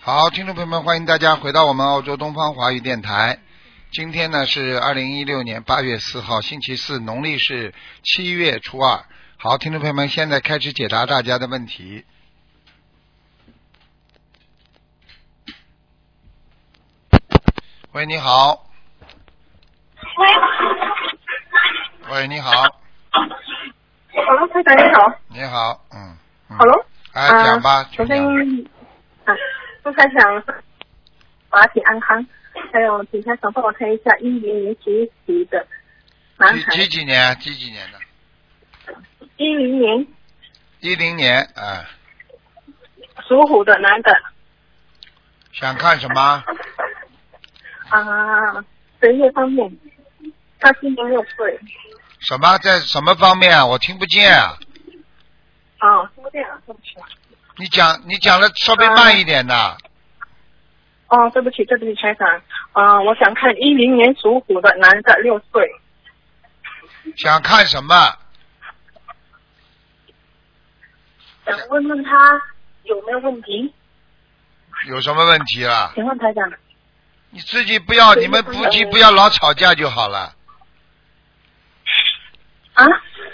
好，听众朋友们，欢迎大家回到我们澳洲东方华语电台。今天呢是二零一六年八月四号，星期四，农历是七月初二。好，听众朋友们，现在开始解答大家的问题。喂，你好。喂，你好， Hello，台长你好。你好，嗯，嗯 Hello，哎，啊讲吧，首请先讲。啊，祝台长法体安康，还有请台长帮我看一下一零年几级的男几孩，几几年？啊几几年的？一零年一零年，啊，属虎的男的想看什么？啊，学业方面，他今年六岁什么在什么方面啊？我听不见啊！啊，听不见啊，对不起啊，你讲你讲的稍微慢一点呐。哦，对不起，对不起，台长，啊，我想看一零年属虎的男的六岁，想看什么？想问问他有没有问题？有什么问题啦？请问台长，你自己不要，对你们那夫个妻不要老吵架就好了。啊，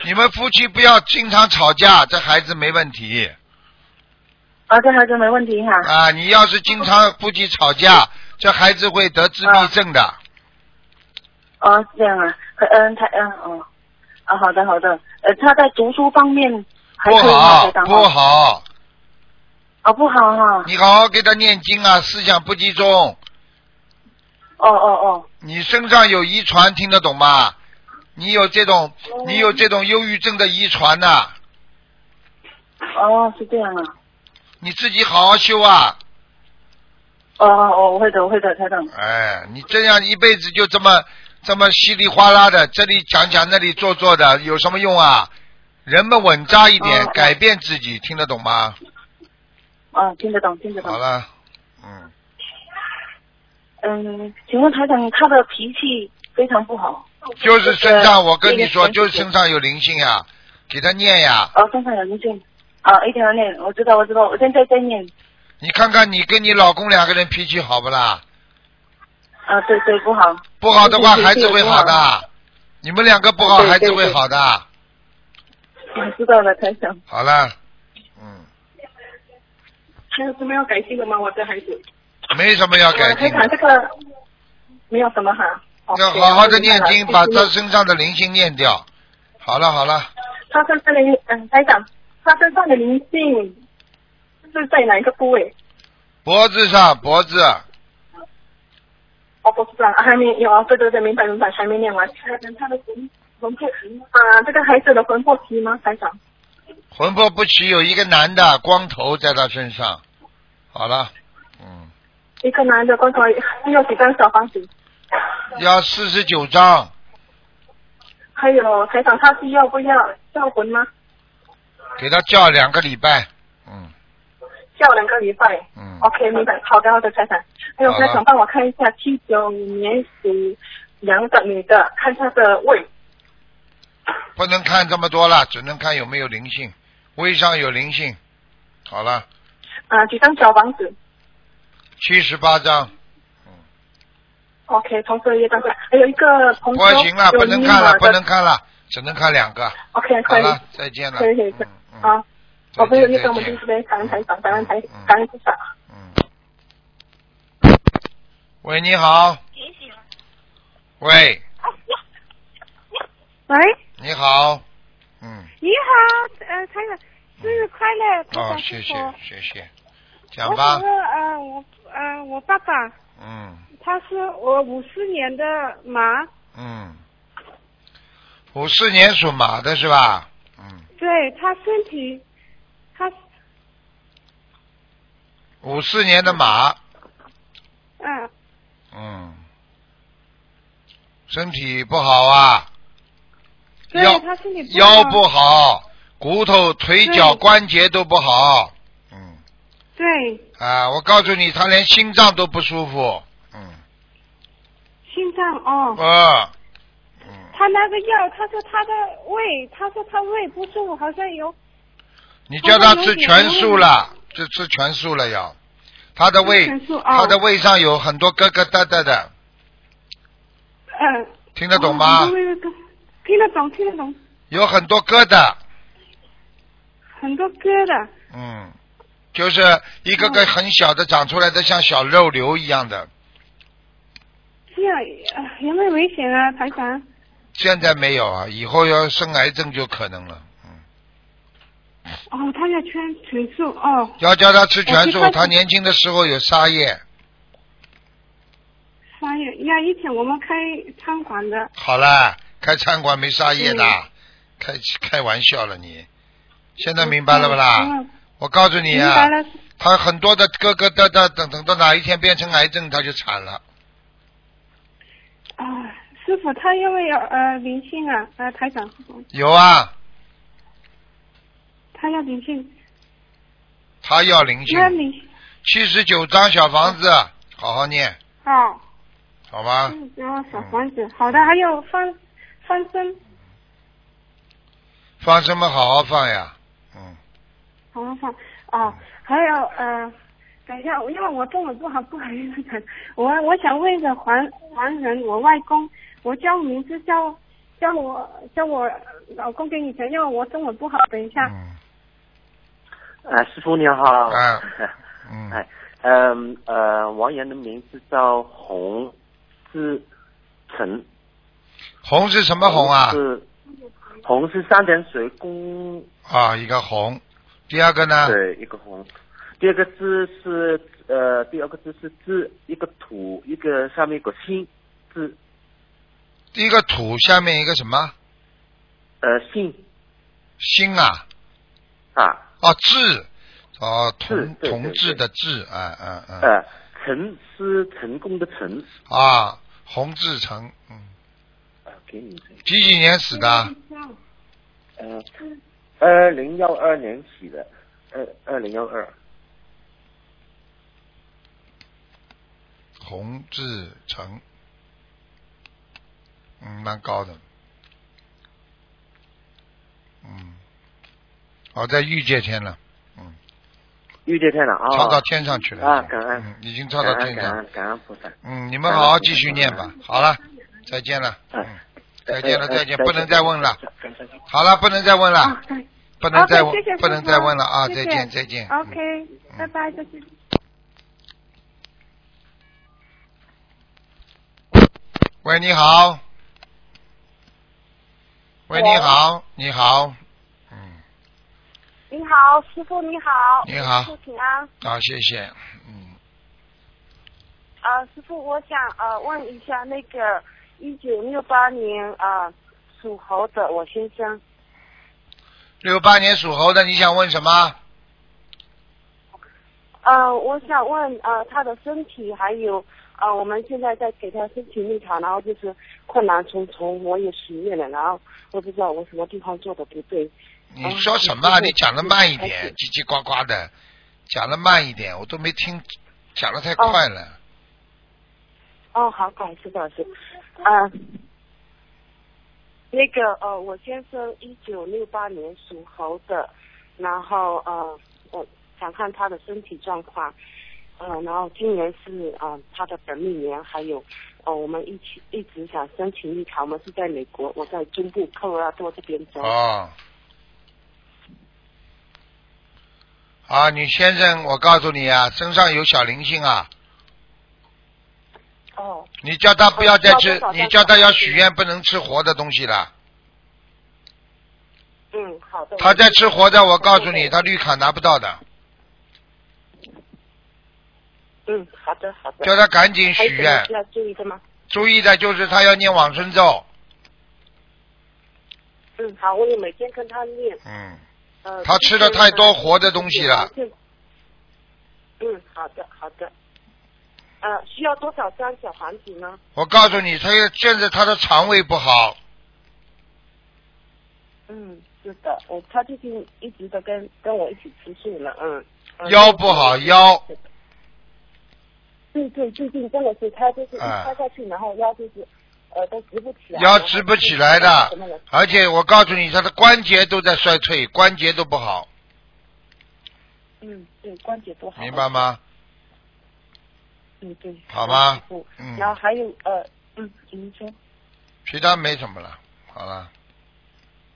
你们夫妻不要经常吵架，这孩子没问题啊，这孩子没问题哈、啊。你要是经常夫妻吵架，这孩子会得自闭症的。啊哦，这样啊，可嗯，他嗯哦，啊，好的好的，呃，他在读书方面还不可以吗？好台长不，好，哦不好哈、你好好给他念经啊，思想不集中。哦哦你身上有遗传，听得懂吗？你有这种，你有这种忧郁症的遗传呐、哦哦，是这样啊，你自己好好修啊！哦哦哦，我会的我会的，台长，哎，你这样一辈子就这么这么稀里哗啦的，这里讲讲，那里做做的，有什么用啊？人们稳扎一点，哦哦改变自己，听得懂吗？啊，听得懂听得懂好，了，嗯，嗯，请问台长，他的脾气非常不好，就是身上，我跟这个你说，这个就是身上有灵性呀、给他念呀、哦，身上有灵性，啊，一定要念，我知道我知道，我现在在念，你看看你跟你老公两个人脾气好不啦？啊，对对不好，不好的话，脾气孩子会好不好的。你们两个不好，对对孩子会好的。我知道了，台长，好了，嗯，还有什么要改进的吗？我的孩子，没什么要改台进长的，这个没有什么哈。哦要，OK，好好的明白念了经，谢把谢他身上的灵性念掉。好了好了，他身上的灵，嗯，台长，他身上的灵性是在哪一个部位？脖子上脖子，哦，不知道，还没有，对对对，明白明白，还没念完。他的魂魂魄啊，这个孩子的魂魄皮吗？台长，魂魄不齐，有一个男的光头在他身上。好了，嗯，一个男的，刚才要几张小房子？要四十九章，还有台长，他是要不要叫魂吗？给他叫两个礼拜。嗯叫两个礼拜。嗯， OK，明白。好的，好的，台长。还有好了台长，帮我看一下七九年属羊的女的，看她的胃。不能看这么多了，只能看有没有灵性，胃上有灵性。好了。啊，几张小房子？七十八章， OK，同事也等等，还有一个同不学行了，有不能看密码了，的不能看了，只能看两个。 OK，好可以，了，再见了。可以，可以，可以嗯嗯啊！再见我不是那再个，我们就见这边感恩台长，感恩台嗯，感恩菩萨。嗯。喂，你好。喂，喂，你好。嗯，你好，呃，台长，生日快乐，台哦长，谢师谢傅谢谢，讲我想吧。问，呃，我呃，我爸爸嗯他是我五四年的马，嗯，五四年属马的是吧？嗯，对他身体，他五四年的马，嗯、嗯，身体不好啊。对腰他身体不 好腰不好，骨头、腿脚、对关节都不好。嗯对啊，我告诉你，他连心脏都不舒服。嗯心脏哦，啊，嗯，他那个药，他说他的胃，他说他胃不舒服，好像有你叫他吃全素了，就吃全素了要。他的胃维生素，哦他的胃上有很多疙疙瘩瘩的，嗯。听得懂吗哦？听得懂，听得懂，有很多疙瘩，很多疙瘩。嗯，就是一个个很小的长出来的，像小肉瘤一样的。这样呃有没有危险啊，台长？现在没有啊，以后要生癌症就可能了。嗯，哦，他要圈全素哦，要叫他吃全素我去看，看他年轻的时候有沙叶。三月呀，以前我们开餐馆的，好啦，开餐馆没沙叶的，嗯开开玩笑了你。现在明白了不啦？嗯我告诉明你啊白，了。他很多的疙疙瘩瘩，等等到哪一天变成癌症，他就惨了。啊，师傅，他因为有呃灵性啊，呃台长，有啊，他要灵性，他要灵性那，你七十九张小房子，好好念，哦，好吗？嗯，然后小房子，好的，还有放放生，放什么好好放呀？嗯，好好放哦，还有呃，等一下，因为我中文不好，不好意思，我我想问一个黄黄人，我外公，我叫名字叫叫我叫我老公给你讲，因为我中文不好，等一下，嗯，啊，师傅你好。啊嗯，哎，嗯呃，王源的名字叫洪志成。红是什么红啊？是洪是三点水工，啊，一个红。第二个呢？对，一个洪。第二个字是呃，第二个字是字，一个土，一个下面一个心字，一个土，下面一个什么？呃，心心啊？啊，哦，志。哦，同对对同志对的志，啊嗯嗯。呃，成是成功的成。啊，洪志成，嗯，啊，给你这个几几年嗯死的？呃，二零幺二年起的，二二零幺二。洪志成，嗯，蛮高的，嗯，哦，在御界天了，遇见天了啊！超到天上去了，啊感恩嗯，已经超到天感上，恩感恩菩萨。嗯，你们好好继续念吧，好了，再见了，嗯，再见了，再见，不能再问了，。好了，不能再问了啊，，哦对。不能再问 OK，谢谢师，傅不能再问了啊，谢再谢见，再见，嗯 OK，拜拜，再见。喂，你好。喂，你好，你好，嗯，你好，师傅你好，你好师傅平安。好，啊谢谢，嗯，呃，师傅，我想呃问一下那个一九六八年呃属猴的我先生，六八年属猴的，你想问什么？呃，我想问呃他的身体还有呃我们现在在给他申请绿卡，然后就是困难重重，我也许愿了，然后我不知道我什么地方做的不对，你说什么啊？嗯你讲的慢一开点始，叽叽呱呱的，讲的慢一点，我都没听，讲的太快了。哦，好，不好意思，不好意思，啊、那个呃，我先生一九六八年属猴的，然后呃，我想看他的身体状况，呃，然后今年是呃他的本命年，还有呃我们一起一直想申请绿卡，我们是在美国，我在中部科罗拉多这边走。哦，啊，你先生，我告诉你啊，身上有小灵性啊，哦，你叫他不要再吃哦多少，你叫他要许愿不能吃活的东西了。嗯，好的。他在吃活的，我告诉你，嗯他绿卡拿不到的，嗯，好的，好的。叫他赶紧还许有什么愿需。要注意的吗？注意的就是他要念往生咒，嗯，好，我也每天跟他念。嗯，呃他吃了太多活的东西了。嗯，好的，好的。呃，需要多少张小房子呢？我告诉你，他现在他的肠胃不好，嗯，是的，我他最近一直都跟跟我一起吃素了，嗯。嗯腰不好，腰，对对，最近真的是他就是一哎趴下去，然后腰就是呃都直不起来，腰直不起来然后的就是什么我，而且我告诉你，他的关节都在衰退，关节都不好，嗯，对，关节不好。明白？吗？嗯对。好吧师傅嗯然后还有呃嗯，您说。其他没什么了，好了，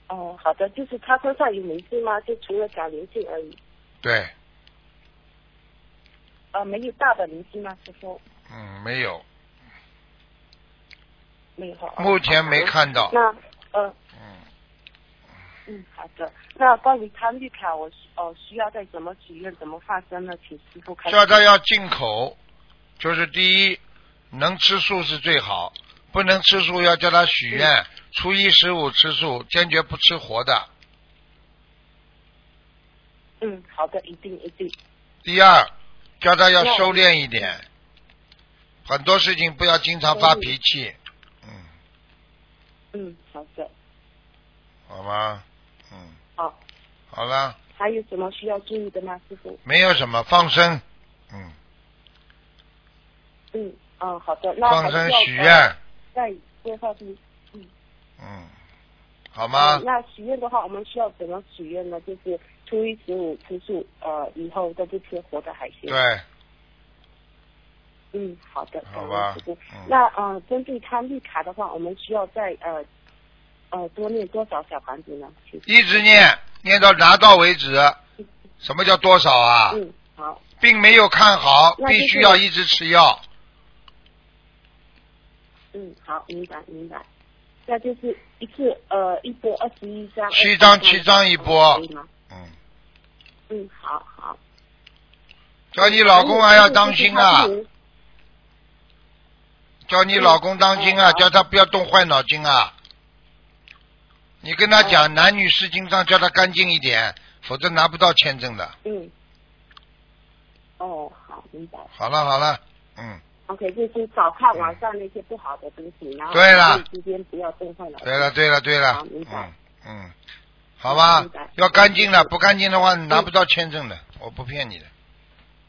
哦，好的，就是他身上有灵性吗？就除了小灵性而已。对，呃，没有大的灵性吗？师傅嗯，没有，没有。哦目前没。看到好的，那呃嗯，嗯，好的。那关于他绿卡，我需呃需要再怎么许愿，怎么放生呢？请师傅开始。叫他要进口，就是第一，能吃素是最好，不能吃素要叫他许愿，初一十五吃素，坚决不吃活的。嗯，好的，一定一定。第二，叫他要收敛一点，很多事情不要经常发脾气，嗯，嗯，好的。好吗？嗯，好，好了，还有什么需要注意的吗，师傅？没有什么放生，嗯，嗯，嗯，好的。那放还需生要许。愿，在规划是嗯，好吗嗯？那许愿的话，我们需要怎么许愿呢？就是初一十五吃素，呃，以后都不吃活的海鲜。。对，嗯，好的，好感吧恩师傅。嗯那呃，针对他绿卡的话，我们需要再呃呃多念多少小房子呢？请一直念，念到拿到为止。什么叫多少啊？嗯，好，并没有看好，那就必是须要一直吃药。嗯，好，明白明白。那就是一次呃一波二十一张，七张21七张一波可以吗？嗯，嗯，好好。叫你老公还要当心啊，叫你老公当心啊，嗯叫他不要动坏脑筋啊。你跟他嗯讲男女事情上叫他干净一点，否则拿不到签证的。嗯。哦，好，明白。好了好了，嗯， OK，就是少看网上那些不好的东西，然后对了人之间不要动坏脑筋。对了对了对了好明，白嗯嗯嗯，好吧明白，嗯要干净的，不干净的话你拿不到签证的，我不骗你的，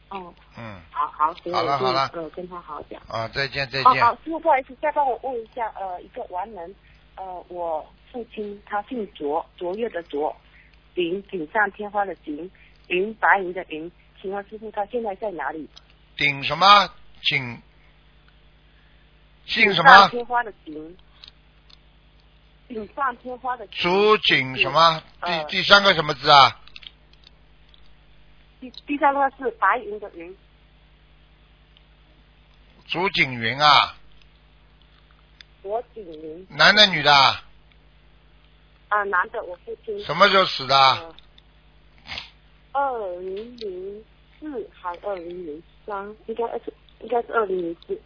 哦，嗯。好好，行，好了我就好了呃，跟他好好讲。啊，再见再哦见。哦，师傅，不好意思，再帮我问一下，呃，一个完人，呃，我父亲他姓卓，卓越的卓，云锦上添花的锦，云白云的云，请问师傅他现在在哪里？顶什么？景？姓什锦上么？添花的锦，锦上添花的锦竹景什么？第呃第三个什么字啊？第第三个是白云的云，竹景云啊，卓锦云男的女的啊？啊、男的，我父亲。什么时候死的啊？呃二零零四还二零零三，应该是应该是二零零四。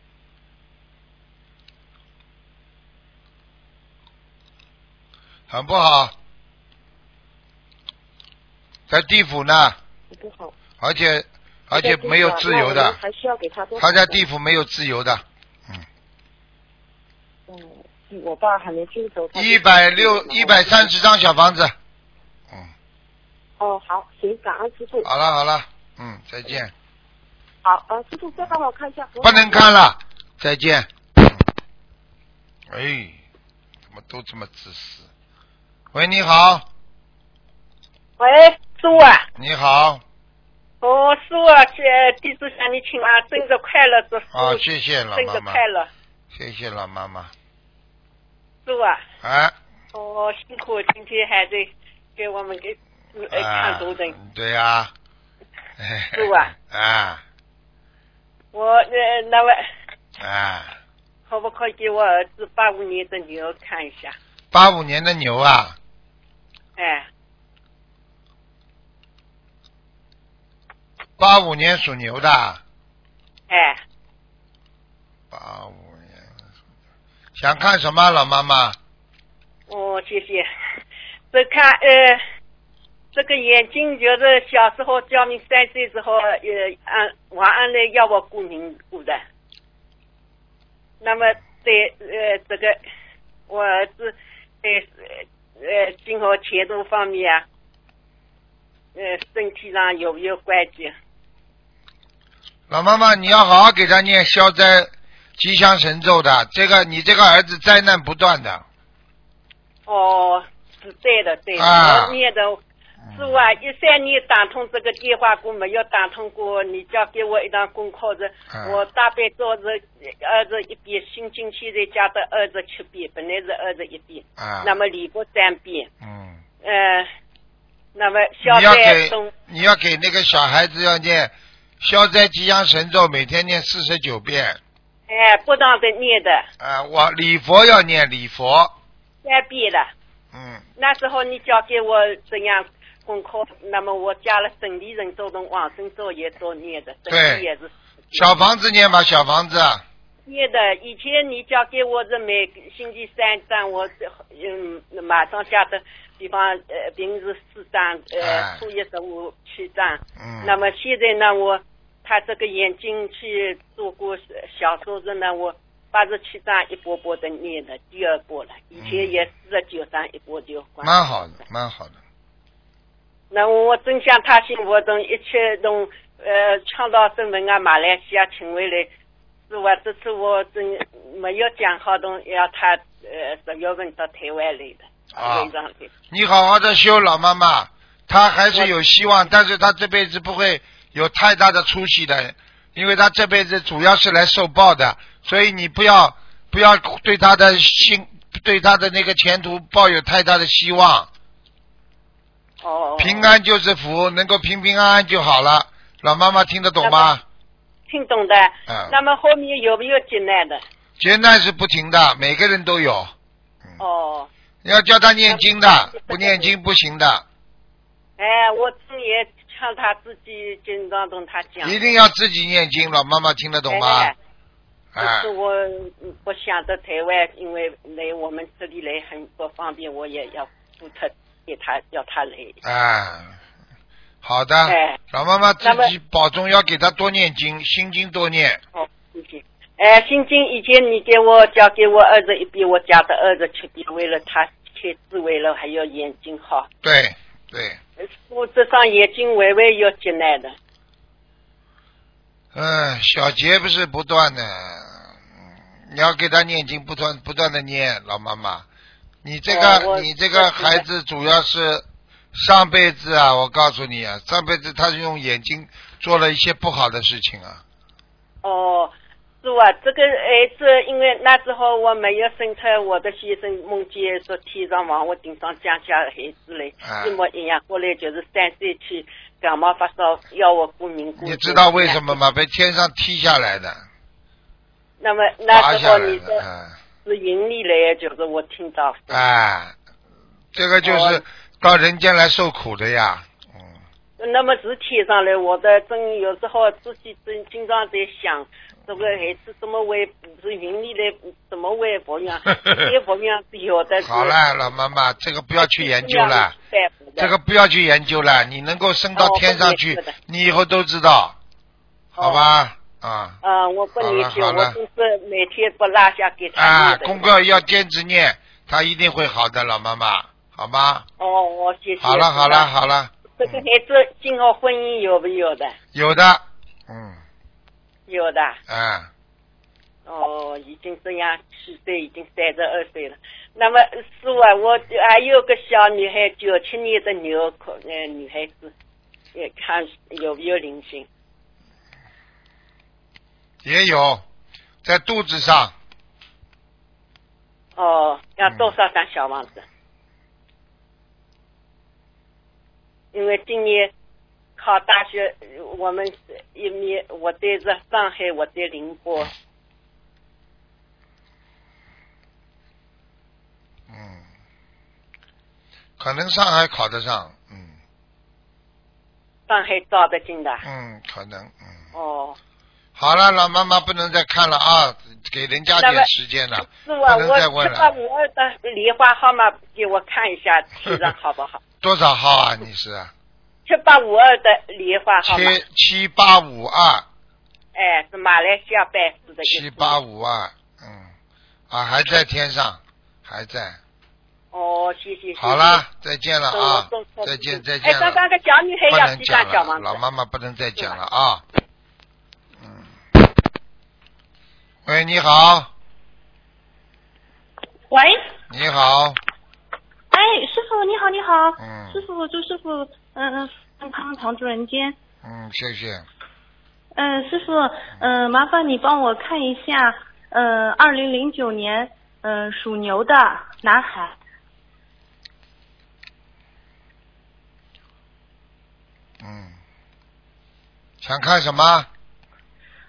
很不好，在地府呢，不好，而且而且没有自由啊那我的，们还需要给他多少他在地府没有自由的，嗯，是我爸还没进走，他就一百六一百三。十张小房子。嗯，哦，好，行，感恩师傅。好了好了，嗯，再见，好，呃，师傅再帮我看一下。不能看。了，再见。哎，怎么都这么自私？喂，你好，喂，师傅啊，你好，哦，师傅啊，这地主向你请安，生日快乐，祝师啊，傅谢谢老生妈日妈，快乐，谢谢老妈妈，师傅啊，哎，哦，辛苦，今天还得给我们给呃啊看主任，，对呀，是吧？ 啊我呃那位啊，可不可以给我儿子八五年的女儿看一下？八五年的牛啊，哎，八五年属牛的，哎，八五年属牛，想看什么，老妈妈？哦，谢谢。这看呃，这个眼睛就是小时候叫你三岁之后，呃，按王安来要我顾名顾的。那么对呃，这个我儿子对呃今后前途方面啊，呃，身体上有没有关系？老妈妈，你要好好给他念消灾吉祥神咒的，这个你这个儿子灾难不断的，哦，是对的，对的，啊我念的师傅啊，一三年打通这个电话过没有打通过，你交给我一堂功课是，啊我大悲咒是二十一遍，心经现在加到二十七遍，本来是二十一遍，啊，那么礼佛三遍，嗯，呃，那么消你要灾给中你要给那个小孩子要念消灾吉祥神咒，每天念四十九遍哎不当的念的啊，我礼佛要念礼佛，三遍了。嗯，那时候你交给我怎样功课，那么我加了整理人咒同往生咒也都念的，整对理也是小房子念吧，小房子，念的。以前你交给我是每个星期三张，我这嗯马上加的，比方呃平时四张，哎呃初一十五七张。嗯，那么现在呢，我他这个眼睛去做过小手术呢，我八十七张一波波的念的，第二波了，以嗯前也四十九张一波就关。蛮好的，蛮好的，那我真想他信佛从一切从呃倡导身份啊，马来西亚请回来。是吧？这次我真没有讲好东西，要他呃十月份到台湾来的，啊非常来。你好好的修老妈妈，她还是有希望，但是她这辈子不会有太大的出息的，因为她这辈子主要是来受报的，所以你不要不要对她的心对她的那个前途抱有太大的希望，哦，平安就是福，能够平平安安就好了。老妈妈听得懂吗？听懂的。嗯那么后面有没有劫难的？劫难是不停的，每个人都有，嗯哦。要叫她念经的，不念经不行的，哎，我真也像他自己经常同他讲，一定要自己念经。老妈妈听得懂吗哎？哎就是我嗯不想到台湾，因为来我们这里来很不方便，我也要付特给他要他来。哎，好的，哎老妈妈自那么己保重，要给她多念经，心经多念。哦，谢谢。哎，心经以前你给我交给我二十一遍，我加到二十七遍，为了他开智慧了，还要眼睛好。对对，我这双眼睛微微有艰难的。嗯，小杰不是不断的，嗯你要给她念经，不断不断的念，老妈妈，你这哎个、我你这个我知道孩子主要是上辈子啊，我告诉你啊，上辈子他是用眼睛做了一些不好的事情啊，哦，是哇，这个儿子，因为那时候我没有生出我的先生，梦见说天上往我顶上降下孩子来啊，一模一样。后来就是三岁去感冒发烧，要我过敏过。你知道为什么？吗？被天上踢下来的，那么砸那时下候来你的，说嗯。是云里来，就是我听到。哎，这个就是哦到人间来受苦的呀。嗯，那么是天上来，我的真有时候自己真经常在想，这个孩子怎么会是云里来，怎么会不一样？ 这不一样是有的是。好了，老妈妈，这个不要去研究了，对。对这个不要去研究了。你能够升到哦我天上会去的，哦你以后都知道，好吧？啊啊，我不理解，好了我好了都是每天不落下给他啊，念的功课要坚持念，他一定会好的，老妈妈，好吗？哦，我谢谢。好了，好了，。好了，嗯这个孩子今后婚姻有没有的？有的，嗯，有的。哎，哦，已经这样七岁，已经三十二岁了。那么师傅啊，我还有个小女孩，九七年的牛，可呃女孩子，也看有没有灵性？也有，在肚子上，哦，要嗯多少张小房子？因为今年考大学，呃我们是一面我对着上海，我对宁波，嗯，可能上海考得上，嗯。上海招得进的。嗯，可能，嗯。哦，好了，老妈妈不能再看了啊，给人家点时间了，是不我能我再问这个了。我的莲花号码给我看一下，贴上好不 好？多少号啊？你是七八五二的莲花号码，七七八五二哎，是马来西亚办事的。七八五。五二，嗯，啊，还在天上，还在。哦，谢谢。谢谢好啦，再见了嗯啊我懂，再见嗯再哎，见刚了，刚个小女孩不要能几讲张小了，房子？老妈妈不能再讲了啊。嗯。喂，你好，喂，你好，哎，师傅傅你好你好，嗯师傅祝师傅嗯嗯安康常住人间。嗯，谢谢。嗯、师傅嗯、呃麻烦你帮我看一下嗯二零零九年嗯、呃属牛的男孩嗯，想看什么？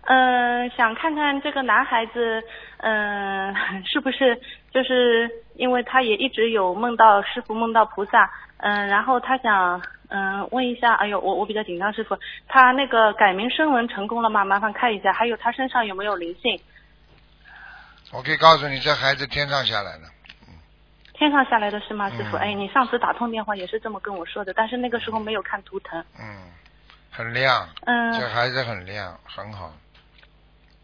嗯、呃想看看这个男孩子嗯、呃是不是就是因为他也一直有梦到师傅梦到菩萨嗯、然后他想嗯、问一下哎呦我我比较紧张师傅他那个改名声纹成功了吗？麻烦看一下，还有他身上有没有灵性？我可以告诉你，这孩子天上下来的。天上下来的是吗，师傅？嗯哎，你上次打通电话也是这么跟我说的，但是那个时候没有看图腾。嗯，很亮，嗯，这孩子很亮，很好。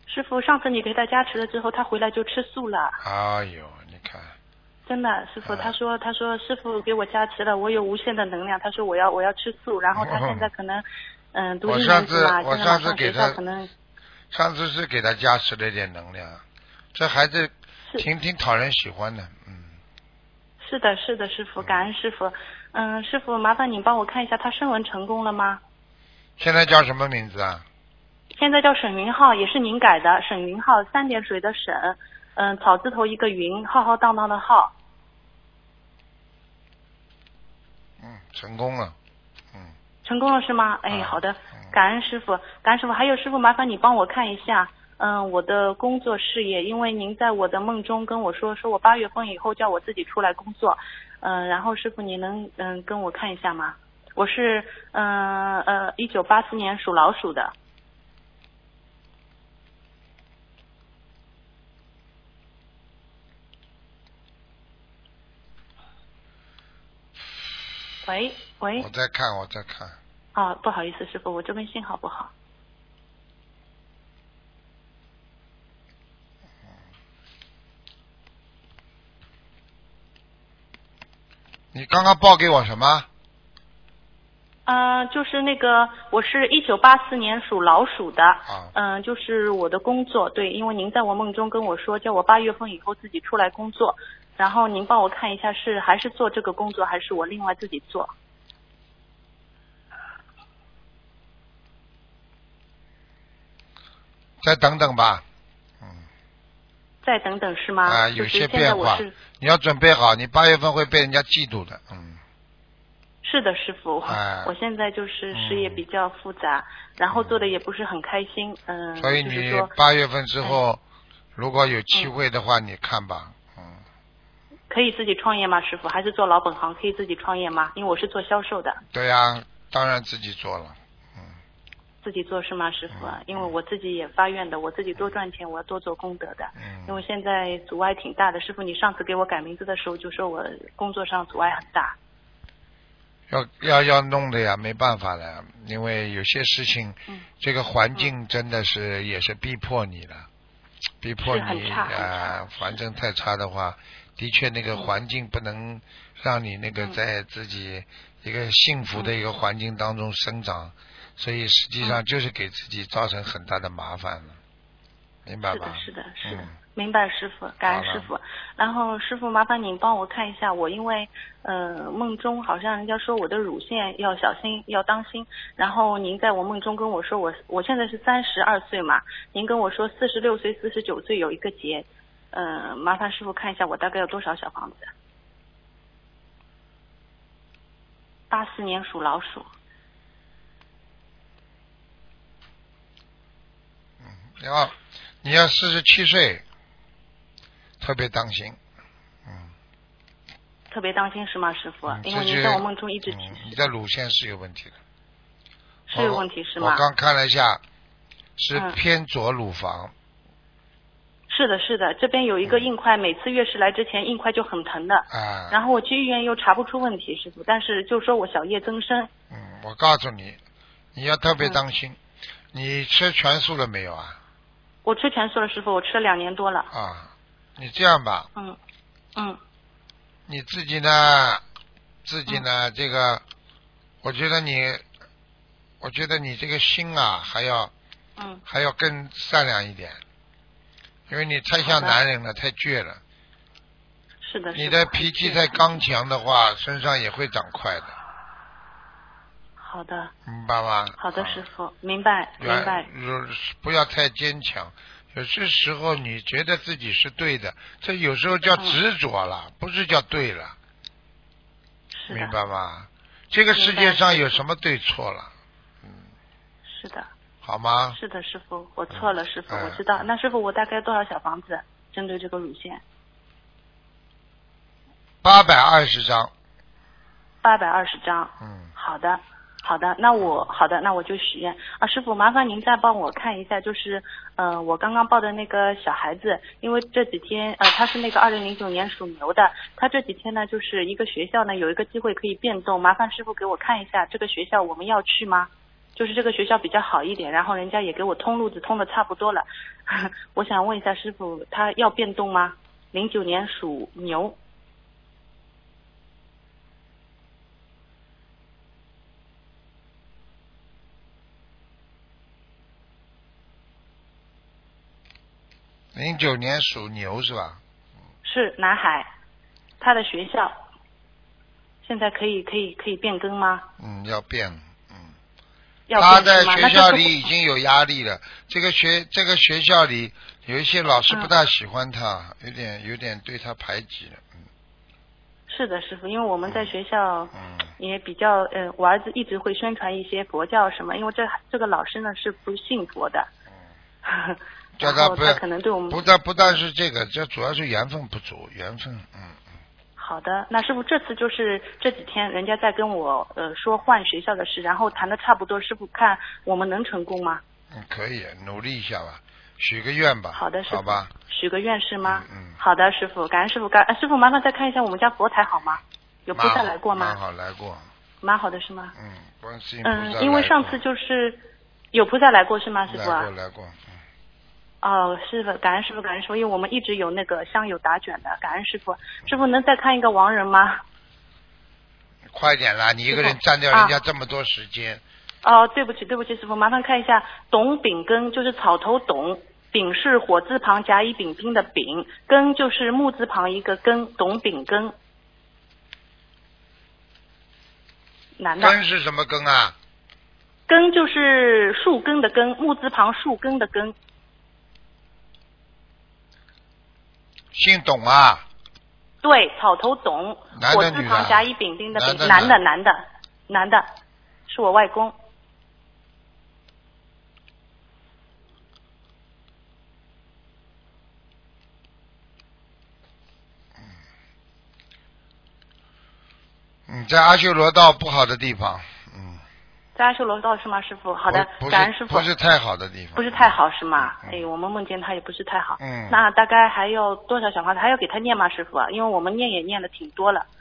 师傅，上次你给他加持了之后，他回来就吃素了，哎呦，你看，真的，师傅。嗯他说，他说师傅给我加持了，我有无限的能量。他说我要我要吃素，然后他现在可能，嗯，读我一上年级次嘛，我现上在马次上给学他校可能上次是给他加持了一点能量，啊这孩子挺挺讨人喜欢的，嗯，是的，是的，师傅，感恩师傅。嗯，师傅，麻烦你帮我看一下他升文成功了吗？现在叫什么名字啊？现在叫沈云浩，也是您改的，沈云浩，三点水的沈，嗯，草字头一个云，浩浩荡荡的浩。嗯，成功了，嗯，成功了是吗？哎，嗯好的嗯，感恩师傅，感恩师傅。还有师傅，麻烦你帮我看一下，嗯，我的工作事业，因为您在我的梦中跟我说，说我八月份以后叫我自己出来工作，嗯，然后师傅你能嗯跟我看一下吗？我是嗯呃一九八四年属老鼠的，喂喂嗯我，在看，我在看，啊，不好意思，师傅，我这边信号不好。你刚刚报给我什么？呃，就是那个，我是一九八四年属老鼠的，啊嗯、就是我的工作，对，因为您在我梦中跟我说，叫我八月份以后自己出来工作，然后您帮我看一下是还是做这个工作，还是我另外自己做？再等等吧，嗯，再等等是吗？啊，就有是些现在变我化是，你要准备好，你八月份会被人家嫉妒的，嗯，是的，师傅，哎 我现在就是事业嗯比较复杂，然后做的也不是很开心，嗯、所以就是你说嗯八月份之后，如果有机会的话，你看吧，嗯，可以自己创业吗，师傅？还是做老本行可以自己创业吗？因为我是做销售的。对呀、当然自己做了，自己做是吗，师傅嗯？因为我自己也发愿的，我自己多赚钱，我要多做功德的。嗯，因为现在阻碍挺大的，师傅，你上次给我改名字的时候就说我工作上阻碍很大。要要要弄的呀，没办法的呀，因为有些事情，嗯这个环境真的是、也是逼迫你的，逼迫是很你差很嗯啊，环境太差的话，的确那个环境不能让你那个在自己一个幸福的一嗯个环境当中生长，所以实际上就是给自己造成很大的麻烦了，明白是的吧？，是的，是的。嗯明白，师傅，感恩好了师傅。然后师傅，麻烦您帮我看一下，我因为呃梦中好像人家说我的乳腺要小心，要当心。然后您在我梦中跟我说我我现在是三十二岁嘛，您跟我说四十六岁、四十九岁有一个节，呃，麻烦师傅看一下我大概有多少小房子。八四年属老鼠，你要你要四十七岁，特别当心，嗯。特别当心是吗，师傅嗯？因为这您是在我梦中一直提嗯你示的乳腺是有问题的，是有问题是我吗？刚看了一下，是嗯偏左乳房，是的，是的，这边有一个硬块，每次月事来之前硬块就很疼的。啊，然后我去医院又查不出问题，师傅，但是就说我小叶增生，嗯，我告诉你，你要特别嗯当心。你吃全素了没有啊？我吃全素了，师傅，我吃了两年多了。啊，你这样吧，嗯，嗯，你自己呢，自己呢，嗯这个，我觉得你，我觉得你这个心啊，还要嗯，还要更善良一点，因为你太像好的男人了，太倔了。是的。你是的脾气再刚强的话，身上也会长块的，好的，明白吗？好的，啊师傅，明白，明原白，有不要太坚强。有些时候你觉得自己是对的，这有时候叫嗯执着了，不是叫对了，是明的，白吗？这个世界上有什么对错了，是的，好吗？是的，师傅，我错了，师傅，嗯我知道。那师傅，我大概多少小房子针对这个乳腺？八百二十张，八百二十张。嗯，好的，好的，那我好的，那我就许愿啊，师傅，麻烦您再帮我看一下，就是呃，我刚刚抱的那个小孩子，因为这几天呃，他是那个二零零九年属牛的，他这几天呢，就是一个学校呢有一个机会可以变动，麻烦师傅给我看一下这个学校我们要去吗？就是这个学校比较好一点，然后人家也给我通路子通的差不多了， 我想问一下师傅，他要变动吗？零九年属牛，零九年属牛是吧？是南海，他的学校现在可以可以可以变更吗？嗯，要变了，嗯。要他变在更吗？学那校这里已经有压力了。这个学这个学校里有一些老师嗯不大喜欢他，有点有点对他排挤了。是的，师傅，因为我们在学校嗯，也比较呃，我儿子一直会宣传一些佛教什么，因为这这个老师呢是不信佛的， 叫然后不他可能对我们不但不但是这个，这主要是缘分不足，缘分嗯好的，那师傅这次就是这几天人家在跟我呃说换学校的事，然后谈的差不多，师傅看我们能成功吗？嗯可以努力一下吧，许个愿吧。好的，师好傅吧，，许个愿是吗？嗯嗯好的，师傅，感恩师傅，感呃恩师傅，麻烦再看一下我们家佛台好吗？有菩蛮萨好来过蛮吗？好，来过。蛮好的是吗？嗯，观世音菩萨来嗯过。，因为上次就是有菩萨来过是吗，师来傅啊过？来过，嗯哦，师傅，感恩师傅，感恩师傅，因为我们一直有那个香油打卷的，感恩师傅。师傅能再看一个亡人吗？快点啦！你一个人师傅占掉人啊家这么多时间，哦，对不起，对不起，师傅，麻烦看一下董炳根，就是草头董，炳是火字旁甲乙丙丁的丙，根就是木字旁一个根，董炳根，男的，根是什么根啊？根就是树根的根，木字旁树根的根，姓董啊？对，草头董，男的火字女的啊旁甲乙丙丁的丙，男的男的，男的，男的，是我外公，嗯，在阿修罗道不好的地方，嗯，在阿修罗道是吗，师傅？好的不不，感恩师是傅不。是太好的地方，不是太好是吗？嗯哎，我们梦见他也不是太好。嗯那大概还有多少小房子？还要给他念吗，师傅？因为我们念也念了挺多了，嗯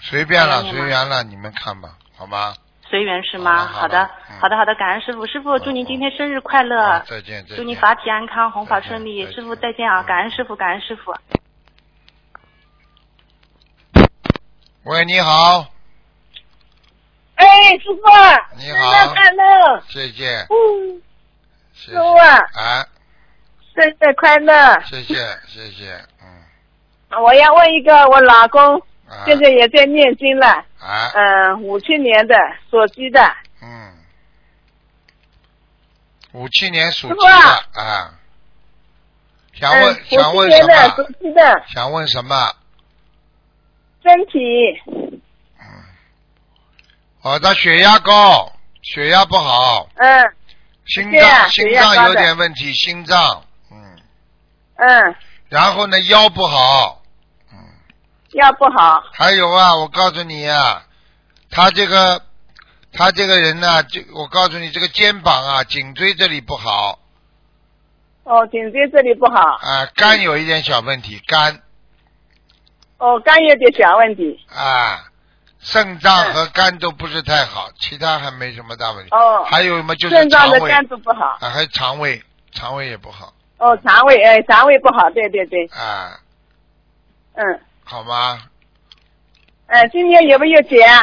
随便了，哎呀随缘了，你们看吧，好吗？随缘是吗？好好的好的的嗯，好的，好的，感恩师傅。师傅，祝您今天生日快乐好，再见，再见。啊祝您法体安康，弘法再见顺再利。见师傅再见啊！嗯感恩师傅，感恩师傅。喂，你好，哎，师傅，你生日好，快乐！谢谢，嗯，谢师谢，傅啊，哎，生日快乐！谢谢，谢谢，嗯，我要问一个，我老公啊，现在也在念经了，哎，嗯，五七年的属鸡的，嗯，五七年属鸡师傅啊的，啊，想嗯，问想五七问年什的么？属啊鸡的，想问什么？身体嗯，哦，他血压高，血压不好，嗯心对啊脏血心压脏高有的点问题，心脏，嗯，嗯，然后呢腰不好，嗯，腰不好，还有啊，我告诉你啊，他这个他这个人呢、就我告诉你，这个肩膀啊、颈椎这里不好哦，颈椎这里不好，啊，肝有一点小问题，肝哦，肝有点小问题，啊，肾脏和肝都不是太好，其他还没什么大问题。嗯哦，还有什么就是肾肠脏的胃肝都不好，啊，还有肠胃，肠胃也不好哦，肠胃，哎，肠胃不好，对对对，啊，嗯，好吗？呃，哎今年有没有节啊？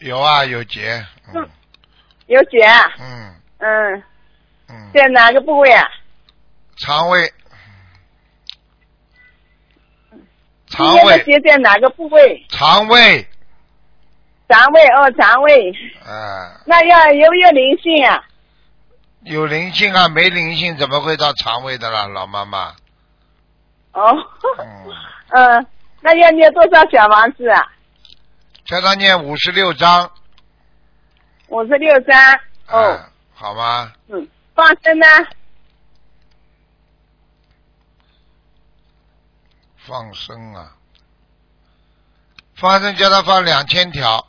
有啊，有结，嗯有节啊，嗯，嗯，嗯，啊在哪个部位啊？肠胃，今肠天的胃，结在哪个部位？肠胃，肠胃哦，肠胃。啊，那要有没有灵性啊？有灵性啊，没灵性怎么会到肠胃的啦，老妈妈？哦，嗯，嗯，那要念多少小房子啊？叫他念五十六章，五十六张。哦，啊，好吗？嗯，放生呢？放生啊，放生叫他放两千条，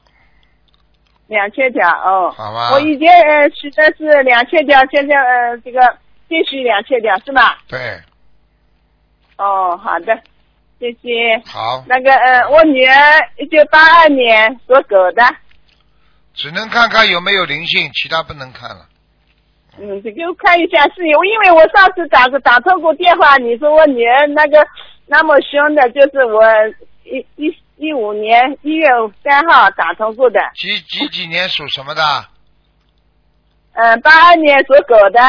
两千条哦。好吧我以前呃许的是两千条，现在呃这个继续两千条是吧？对，哦，好的，谢谢。好，那个呃，我女儿一九八二年属狗的，只能看看有没有灵性，其他不能看了。嗯，这个看一下是有，因为我上次打过打通过电话，你说我女儿那个那么凶的，就是我一一一五年一月三号打通过的，几几几年属什么的？嗯、呃，八二年属狗的，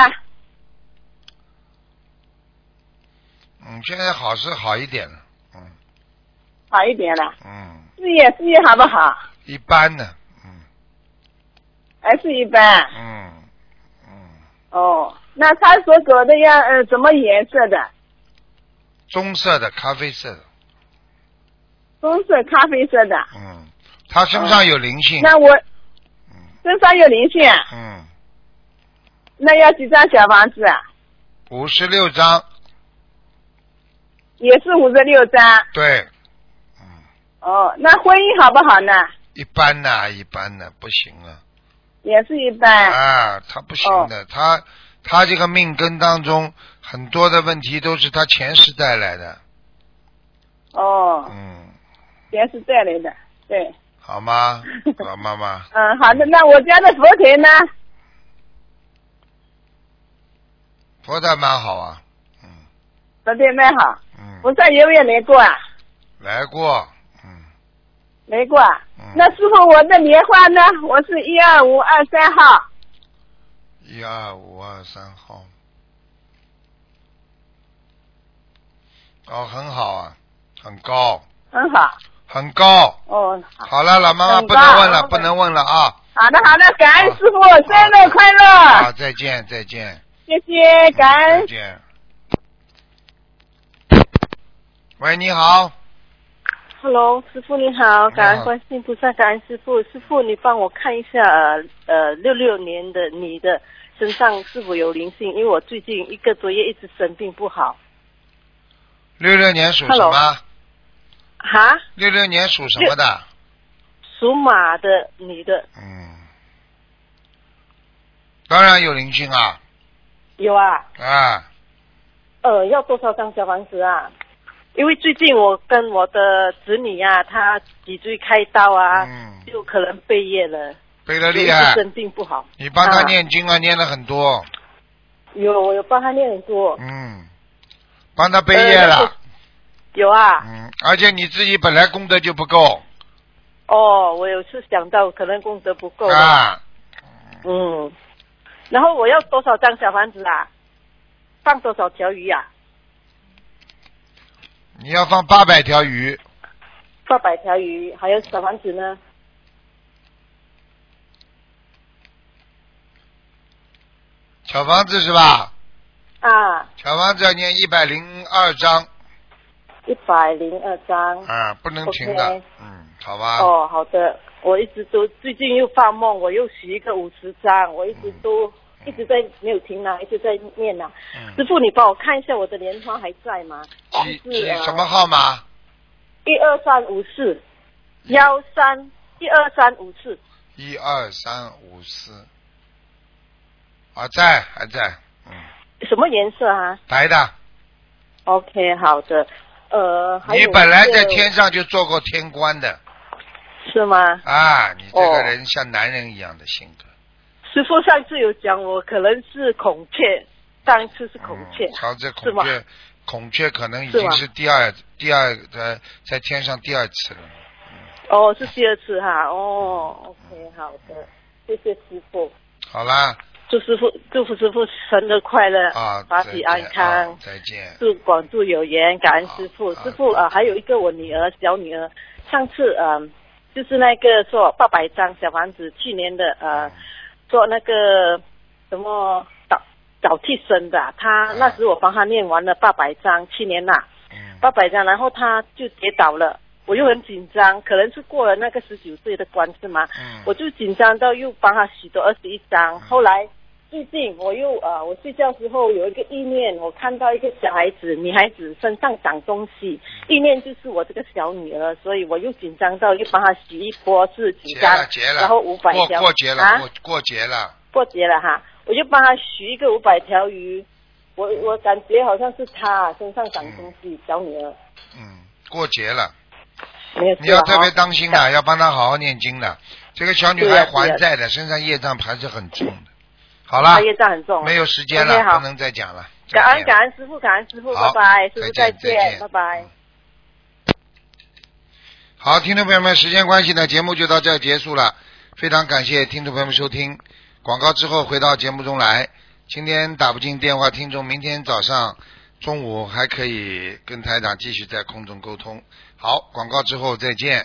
嗯，现在好是好一点了，嗯好一点了，嗯，事业事业好不好？哎一般呢，嗯还是一般？嗯嗯，哦，那它属狗的要呃什么颜色的？棕色的、咖啡色的，棕色、咖啡色的。嗯，他身上有灵性，那我嗯身上有灵性啊，嗯，那要几张小房子啊？五十六张，也是五十六张。对，嗯，哦，那婚姻好不好呢？一般呐，一般呢，不行啊，也是一般。啊，他不行哦的，他他这个命根当中很多的问题都是他前世带来的，哦，嗯，也是带来的。对，好吗？老妈妈，嗯，好的。那我家的佛台呢？佛台蛮好啊，嗯佛台蛮好，菩嗯，萨有没有来过啊？来过，嗯。来过啊。嗯那师傅，我的莲花呢？我是一二五二三号，一二五二三号。哦，很好啊，很高，很好。很高。哦，好好了，老妈妈很不高能问了，好不能问了啊！好的，好的，感恩好师傅，生日快啊，乐！再见，再见，谢谢，感再恩。见。喂，你好， Hello，师傅你好，你好感恩观世音菩萨，感恩师傅。师傅，你帮我看一下，呃呃，六六年的你的身上是否有灵性？因为我最近一个多月一直生病不好。六六年属什 Hello 么？哈，六六年属什么的？属马的女的嗯，当然有灵性啊有啊？啊！呃，要多少张小房子啊？因为最近我跟我的子女啊，她脊椎开刀啊，嗯，就可能背业了，背的就一厉直害，生病不好。你帮他啊念经啊，念了很多。有，我有帮她念很 多。嗯，帮他背业呃了。有啊，嗯，而且你自己本来功德就不够哦，我有次想到可能功德不够吧啊，嗯，然后我要多少张小房子啊？放多少条鱼啊？你要放八百条鱼，八百条鱼，还有小房子呢？小房子是吧？啊，小房子要念一百零二章一百零二张。啊，不能停的。嗯 OK 嗯，好吧。哦，好的。我一直都最近又发梦，我又许一个五十张，我一直都、一直在没有停啊，一直在念啊。师嗯，傅，你帮我看一下我的莲花还在吗？几是几呃什么号码？一二三五四，嗯幺三一二三五四。一二三五四。啊，在还在，嗯，什么颜色啊白的。 ？OK，好的。呃，还有你本来一个在天上就做过天官的是吗？啊，你这个哦人像男人一样的性格。师傅上次有讲我可能是孔雀，上一次是孔雀嗯，朝着是孔吗雀，孔雀可能已是经吗是第二第二在在天上第二次了。哦，是第二次哈，哦，OK，好的，谢谢师傅。好啦，祝师傅祝福师傅生日快乐啊嗯法喜安康啊，再见。祝广祝有缘，感恩师傅。师傅呃，还有一个我女儿小女儿，上次呃，就是那个做八百张小房子，去年的啊呃，做那个什么早早替生的啊，她那时我帮她念完了八百张，去年呐、嗯八百张，然后她就跌倒了。我又很紧张，可能是过了那个十九岁的关是吗？嗯我就紧张到又帮她许多二十一张，后来最近我又呃，我睡觉时候有一个意念，我看到一个小孩子、女孩子身上长东西，嗯意念就是我这个小女儿，所以我又紧张到又帮她洗一波是几结张了，结，了，然后五百过条过节了，啊过过节了，过节了哈，我就帮她许一个五百条鱼，我我感觉好像是她身上长东西，小女儿嗯，过节了。没有事你要了哦特哈别当心啊的，要帮她好好念经的。这个小女对孩呀对呀还债的，身上业障还是很重的。好了她，业障很重啊，没有时间 OK，了，好不能再讲了。再感恩见感恩师傅，感恩师傅，好拜拜，师傅再见再见见，拜拜。好，听众朋友们，时间关系呢，节目就到这儿结束了。非常感谢听众朋友们收听，广告之后回到节目中来。今天打不进电话，听众明天早上、中午还可以跟台长继续在空中沟通。好，广告之后再见。